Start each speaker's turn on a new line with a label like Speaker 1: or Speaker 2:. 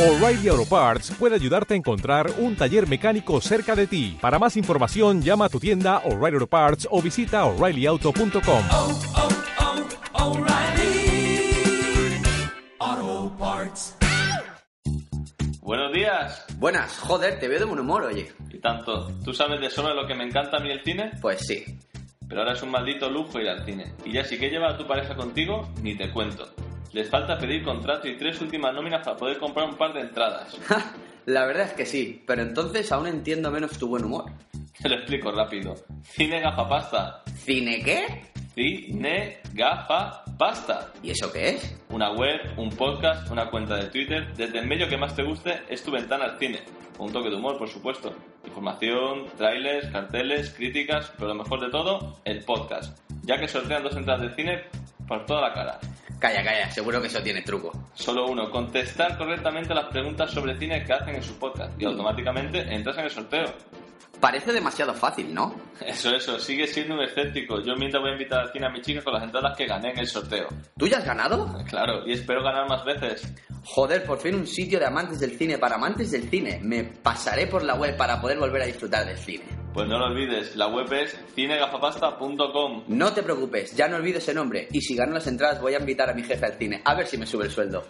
Speaker 1: O'Reilly Auto Parts puede ayudarte a encontrar un taller mecánico cerca de ti. Para más información, llama a tu tienda O'Reilly Auto Parts o visita oreillyauto.com.
Speaker 2: oh, oh, O'Reilly. Auto Parts.
Speaker 3: Buenos días.
Speaker 4: Buenas, joder, te veo de buen humor, oye.
Speaker 3: Y tanto, tú sabes de sobra lo que me encanta a mí el cine,
Speaker 4: Pues sí.
Speaker 3: pero ahora es un maldito lujo ir al cine. Y ya si que lleva a tu pareja contigo, ni te cuento. Les falta pedir contrato y tres últimas nóminas para poder comprar un par de entradas.
Speaker 4: Ja, La verdad es que sí, pero entonces aún entiendo menos tu buen humor.
Speaker 3: Te lo explico rápido. Cine gafapasta.
Speaker 4: ¿Cine qué?
Speaker 3: Cine gafapasta.
Speaker 4: ¿Y eso qué es?
Speaker 3: Una web, un podcast, una cuenta de Twitter. Desde el medio que más te guste es tu ventana al cine. Con un toque de humor, por supuesto. Información, trailers, carteles, críticas, pero lo mejor de todo, el podcast. Ya que sortean dos entradas de cine por toda la cara.
Speaker 4: Calla, calla, seguro que eso tiene truco.
Speaker 3: Solo uno, contestar correctamente las preguntas sobre cine que hacen en su podcast. Y automáticamente entras en el sorteo.
Speaker 4: Parece demasiado fácil, ¿no?
Speaker 3: Eso, eso, sigue siendo un escéptico. Yo mientras voy a invitar al cine a mi chica con las entradas que gané en el sorteo.
Speaker 4: ¿Tú ya has ganado?
Speaker 3: Claro, y espero ganar más veces.
Speaker 4: Joder, por fin un sitio de amantes del cine para amantes del cine. Me pasaré por la web para poder volver a disfrutar del cine.
Speaker 3: Pues no lo olvides, la web es cinegafapasta.com.
Speaker 4: No te preocupes, ya no olvido ese nombre. Y si gano las entradas voy a invitar a mi jefe al cine. A ver si me sube el sueldo.